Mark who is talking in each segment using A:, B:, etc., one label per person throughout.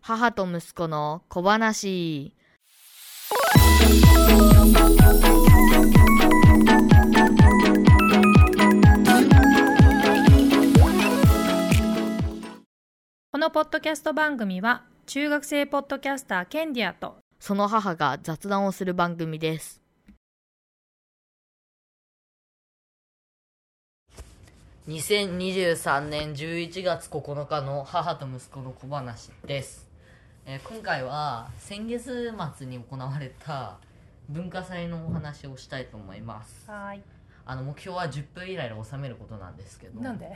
A: 母と息子の小話。
B: このポッドキャスト番組は中学生ポッドキャスターケンディアと
A: その母が雑談をする番組です。
C: 2023年11月9日の母と息子の小話です、えー今回は先月末に行われた文化祭のお話をしたいと思います
B: はい
C: あの目標は10分以内で収めることなんですけど
B: なんで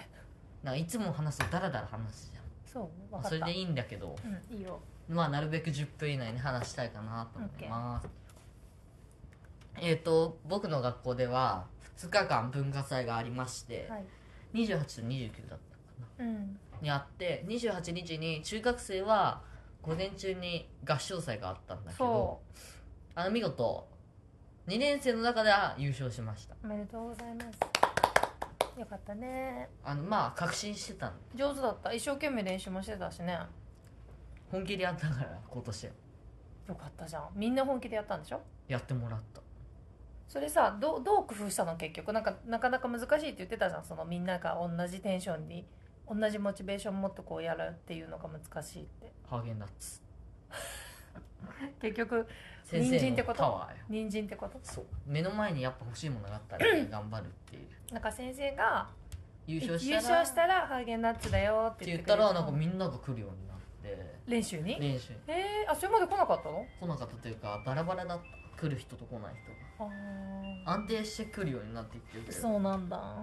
C: なんかいつも話すとダラダラ話すじゃん
B: そう分
C: まあ
B: かった
C: それでいいんだけど
B: うん、いいよ
C: まあなるべく10分以内に話したいかなと思います、えっ、と僕の学校では2日間文化祭がありまして、
B: はい
C: 28と29だったかな
B: うん
C: にあって28日に中学生は午前中に合唱祭があったんだけど
B: そ
C: あの見事2年生の中では優勝しました
B: うおめでとうございますよかったね
C: あのまあ確信してたの
B: 上手だった一生懸命練習もしてたしね
C: 本気でやったから今年
B: よかったじゃんみんな本気でやったんでしょ
C: やってもらった
B: それさどうどう工夫したの結局なんかなかなか難しいって言ってたじゃんそのみんなが同じテンションに同じモチベーション持ってこうやるっていうのが難しいって
C: ハーゲンダッツ
B: 結局
C: 先
B: 人
C: 生
B: 参って
C: の
B: こと
C: パワーよ
B: 人参ってこと
C: そう目の前にやっぱ欲しいものが あったら頑張るっていう
B: なんか先生が
C: 優勝し
B: 優
C: たら
B: 勝
C: っ
B: したらハーゲンダッツだよって
C: て言っ
B: くれ
C: たらなんかみんなが来るようになって
B: 練習に
C: 練習に
B: えー、あそれまで来なかったの
C: 来なかったというかバラバラだった来る人と来ない人が
B: あ
C: 安定して来るようになっていってるけ
B: ー
C: ど
B: そうなんだ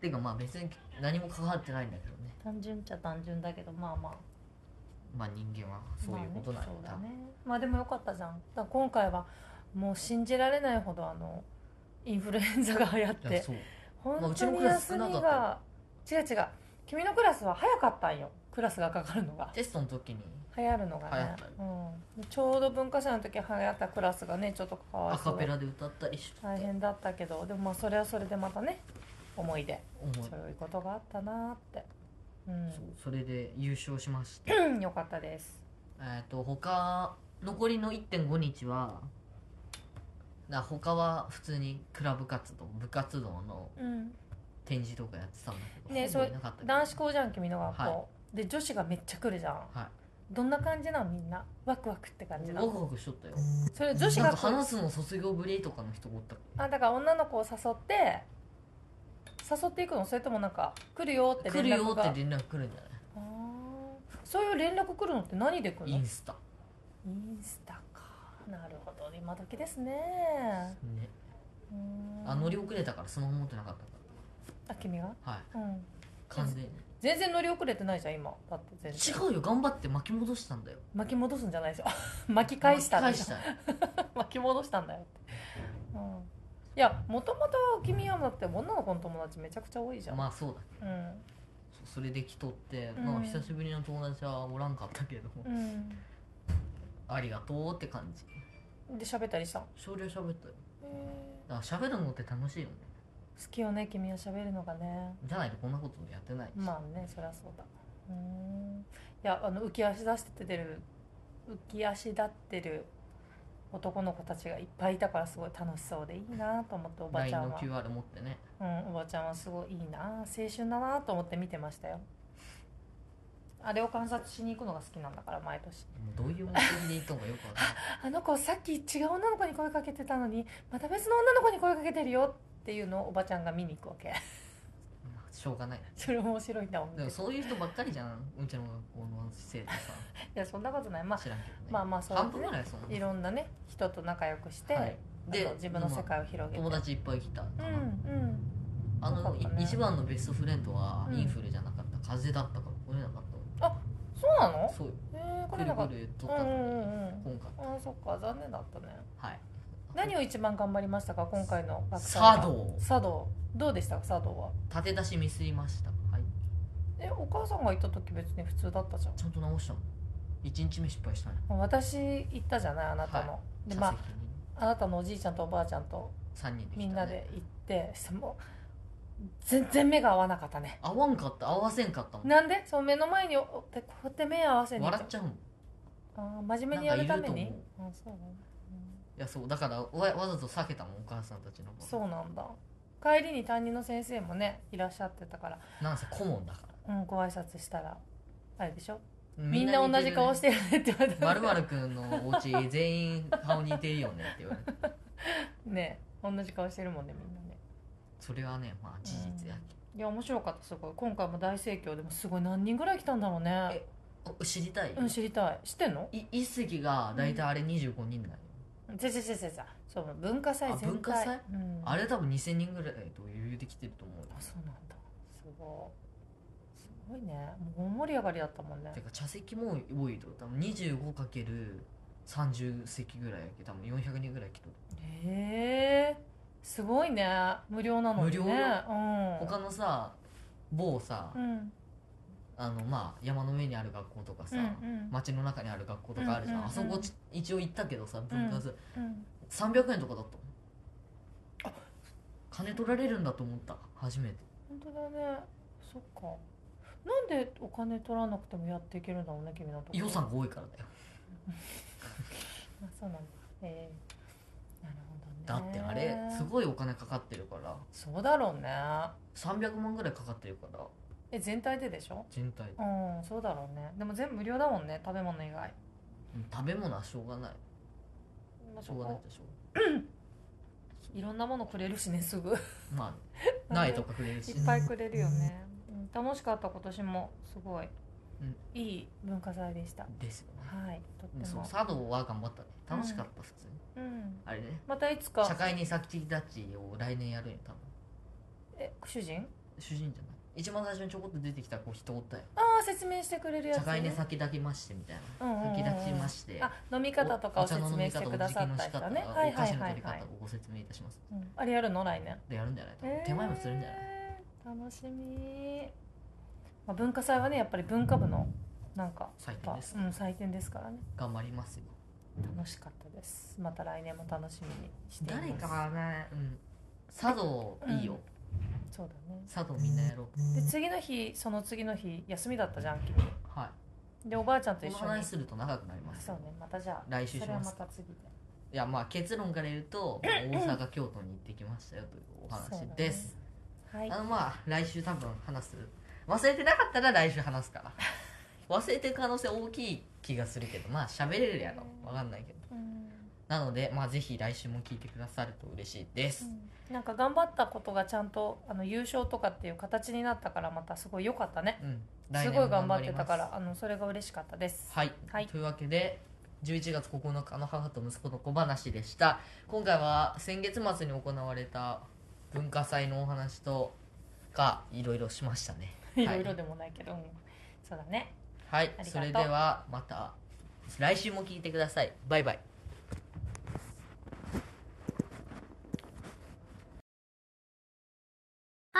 C: ていうかまあ別に何も関わってないんだけどね
B: 単純っちゃ単純だけどまあまあ
C: まあ人間はそういうことなんだ,、
B: まあねそうだねまあでもよかったじゃんだから今回はもう信じられないほどあのインフルエンザが流行っ
C: いや
B: て
C: そう
B: 本
C: まあうち
B: 当
C: の
B: に
C: クラス
B: 休
C: 少な
B: み
C: かった
B: が、
C: よ
B: 違う違う君のクラスは早かったんよクラスがかかるのが
C: テストの時に
B: 流行るのが
C: 流行
B: ね
C: ったよ、
B: うん、ちょうど文化祭の時流行ったクラスがねちょっとかわ
C: ア
B: いそ
C: カ
B: う
C: ペラで歌ったりして
B: 大変だったけどでもまあそれはそれでまたね思い出
C: 思いそ
B: そういうことがあったなーって
C: うそれで優勝しました
B: うんよかったです
C: えっと他残りの1.5日はな他は普通にクラブ活動部活動の
B: うん
C: 展示とかやってたんだけど
B: ね
C: ほぼいなかったけど
B: 男子校じゃん君の学校、
C: は
B: で女子がめっちゃ来るじゃん
C: は
B: どんな感じなのみんなワクワクって感じ
C: い
B: な
C: ワク
B: の
C: ワクしとったよ
B: それ女子
C: なん
B: が
C: か
B: 来る
C: 話すの卒業ぶりとかの人おった
B: あだから女の子を誘って誘っていくのそれともなんか来るよって
C: 来
B: 連
C: るよ
B: 絡が
C: って連絡来るんじゃない
B: あーそういう連絡来るのって何で来るの
C: イ
B: イ
C: ン
B: ン
C: スタ
B: スタかなるほど今時ですね
C: ね
B: うーん
C: あ乗り遅れたからスマホ持ってなかったか
B: あ君が
C: らはい
B: うん
C: 完全に
B: 全然乗り遅れてないじゃん今だって全然
C: 違うよ頑張って巻き戻したんだよ
B: 巻き戻すんじゃないですよ 巻き返したんだよ
C: 巻き返したよ
B: 巻き戻したんだよって、うん、いやもともと君はだって女の子の友達めちゃくちゃ多いじゃん、
C: まあそうだ
B: うん
C: そそれで来とって、
B: うん
C: まあ久しぶりの友達はおらんかったけど、
B: うん
C: ありがとうって感じ
B: で喋ったりしたの
C: 少量喋ったよ
B: へ
C: だから喋るのって楽しいよね
B: ー好きよね君は喋るのがね
C: じゃないとこんなことやってないし、
B: まあねそりゃそうだうーんいやあの浮き足立っててる浮き足立ってる男の子たちがいっぱいいたからすごい楽しそうでいいなと思っておば
C: LINE
B: ちゃん
C: の
B: は
C: QR 持ってね
B: うん、おばちゃんはすごいいいな青春だなと思って見てましたよあれを観察しに行くのが好きなんだから毎年
C: もうどういう目的で行ったのかよくわかんない
B: あの子さっき違う女の子に声かけてたのにまた別の女の子に声かけてるよっていうのをおばちゃんが見に行くわけ
C: まあしょうがない
B: それ面白いな思って
C: で
B: い
C: もそういう人ばっかりじゃんうちの学校の生徒
B: やそんなことないま
C: さ知らんけどね
B: まあまあそう
C: 半分ぐらいその
B: あいろんなね人と仲良くして、
C: はい
B: で
C: で
B: 自分の世界を広げて
C: 友達いっぱい来たか
B: うんうん
C: な、あ
B: よか
C: の、
B: ったね
C: い一番のベストフレンドは
B: うん
C: インフルじゃなかった、風邪だったから来れなかった
B: そうなの
C: そうよ
B: えー、こ
C: く
B: れな
C: る
B: んか
C: くる言っと
B: う
C: ったの
B: んう
C: に
B: んうん
C: 今回
B: あーそっか残念だったね
C: はい
B: 何を一番頑張りましたか今回の学祭は
C: 茶道
B: 茶道どうでしたか茶道は
C: 立て出しミスりましたはい
B: えお母さんが行った時別に普通だったじゃん
C: ちゃんと直したの一日目失敗したの
B: 私行ったじゃないあなたの、
C: は
B: で
C: 座
B: ま
C: 席に
B: ああなたのおじいちゃんとおばあちゃんと
C: 三人で来た、ね、
B: みんなで行って、そもう全然目が合わなかったね
C: 合わんかった合わせんかったもん
B: なんでその目の前におってこうやって目合わせに行
C: 笑っちゃうもん
B: あー真面目にやるためにあそうなんだ、
C: いやそうだからわわざと避けたもんお母さんたちの
B: うん
C: 分
B: そうなんだ帰りに担任の先生もねいらっしゃってたから、
C: なんせ顧問だから
B: うん、ご挨拶したらあれでしょみ
C: み
B: んな同じ顔しててるねって言われ
C: るね
B: た
C: まるまるくんのお家全員顔似てるよねって言われて
B: ね同じ顔してるもんねみんなね
C: それはねまあ事実やけ
B: いや面白かったすごい今回も大盛況でもすごい何人ぐらい来たんだろうね
C: えどお知りたい,、
B: うん知りたい知ってんの
C: い一席が大体あれ25人だよ、
B: 違う違う違う違うそう文化祭
C: あ
B: 全体
C: 文化祭
B: うん、
C: あれ多分2000人ぐらいと余裕で来てると思うよ
B: あそうなんだすごいすごいねもう大盛り上がりだったもんね
C: てか茶席も多いと多分 25×30 席ぐらいやけど多分400人ぐらい来とる、
B: へえすごいね無料なのにね
C: 無料よ
B: うん
C: 他のさ某さ、
B: うん
C: あのまあ山の上にある学校とかさ、
B: うんうん
C: 街の中にある学校とかあるじゃん,、
B: うんうんうん
C: あそこち一応行ったけどさ文化祭、
B: うん
C: 300円とかだった
B: あ
C: 金取られるんだと思った初めて
B: 本当だねそっかなんでお金取らなくてもやっていけるんだろうね君のとこ
C: 予算が多いからだよ
B: あそうなんだえー、なる
C: だ
B: ほど
C: っ
B: ね
C: てあれすごいお金かかってるから
B: そうだろうね
C: 300万ぐらいかかってるから
B: え全体ででしょ
C: 全体
B: うんそうだろうねでも全部無料だもんね食べ物以外
C: うん食べ物はしょうがない
B: まあ
C: し
B: そ
C: ょうがない
B: こ
C: でしょ
B: いろんなものくれるしねすぐいっ
C: ま あないとかくれるし
B: ぱいくれるよね、うん、楽しかった今年もすごい、
C: うん
B: いい文化祭でした
C: ですよね
B: はいとっ
C: うん
B: て
C: そう
B: も
C: 茶道は頑張ったね楽しかった普通に
B: うん
C: あれね
B: またいつか
C: 社会に先立ちを来年やるんよ多分
B: え主人
C: 主人じゃない一番最初にちょこっと出てきた子人おったよ
B: ああ説明してくれるやつ
C: 茶会に先立ちましてみたいな
B: うんうんうん
C: 先立ちまして
B: あ飲み方とか
C: お
B: を
C: 茶
B: 説
C: の飲
B: 明
C: み
B: して
C: 方
B: く
C: お
B: だ
C: 辞
B: さ
C: 儀
B: っ
C: の
B: た
C: 仕
B: 人
C: 方
B: ねはい
C: お
B: は
C: 菓
B: い
C: 子の
B: は
C: 取
B: い
C: り
B: は
C: 方
B: い
C: をご説明いたします
B: うんあれやるの来年
C: でやるんじゃない多分手前もするんじゃない
B: えー楽しみ、まあ、文化祭はねやっぱり文化部のなんか
C: 最
B: やっ
C: 低です
B: ぱうん、祭典ですからね
C: 頑張りますよ
B: 楽しかったですまた来年も楽しみにしています
C: 誰かはねうん茶道いいよ
B: そうだね
C: 茶道みんなやろう
B: で次の日その次の日休みだったじゃん君
C: はい
B: でおばあちゃんと
C: こ
B: 一
C: の
B: 緒に
C: 話すると長くなります
B: そうねまたじゃあ
C: 来週し
B: それは
C: ま
B: ますた次で
C: いやまあ結論から言うとまあ大阪京都に行ってきましたよというお話です、
B: はい
C: あのまあ来週多分話す忘れてなかったら来週話すから忘れてる可能性大きい気がするけどまあ喋れるやろわかんないけど
B: うん
C: なのでまあぜひ来週も聞いてくださると嬉しいです、
B: うんなんか頑張ったことがちゃんとあの優勝とかっていう形になったからまたすごい良かったね
C: うん
B: す
C: 来年
B: ご
C: も
B: い頑張っ
C: り
B: て
C: ます
B: たからあのそれが嬉しかったです
C: はい、
B: はい
C: というわけで11月9日の母と息子の小話でした今回は先月末に行われた文化祭のお話とかいろいろしましたね
B: いろいろでもないけど、うんそうだね
C: は
B: あ
C: い
B: りがとう
C: それではまた来週も聞いてくださいバイバイ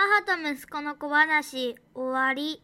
D: 母と息子の小話終わり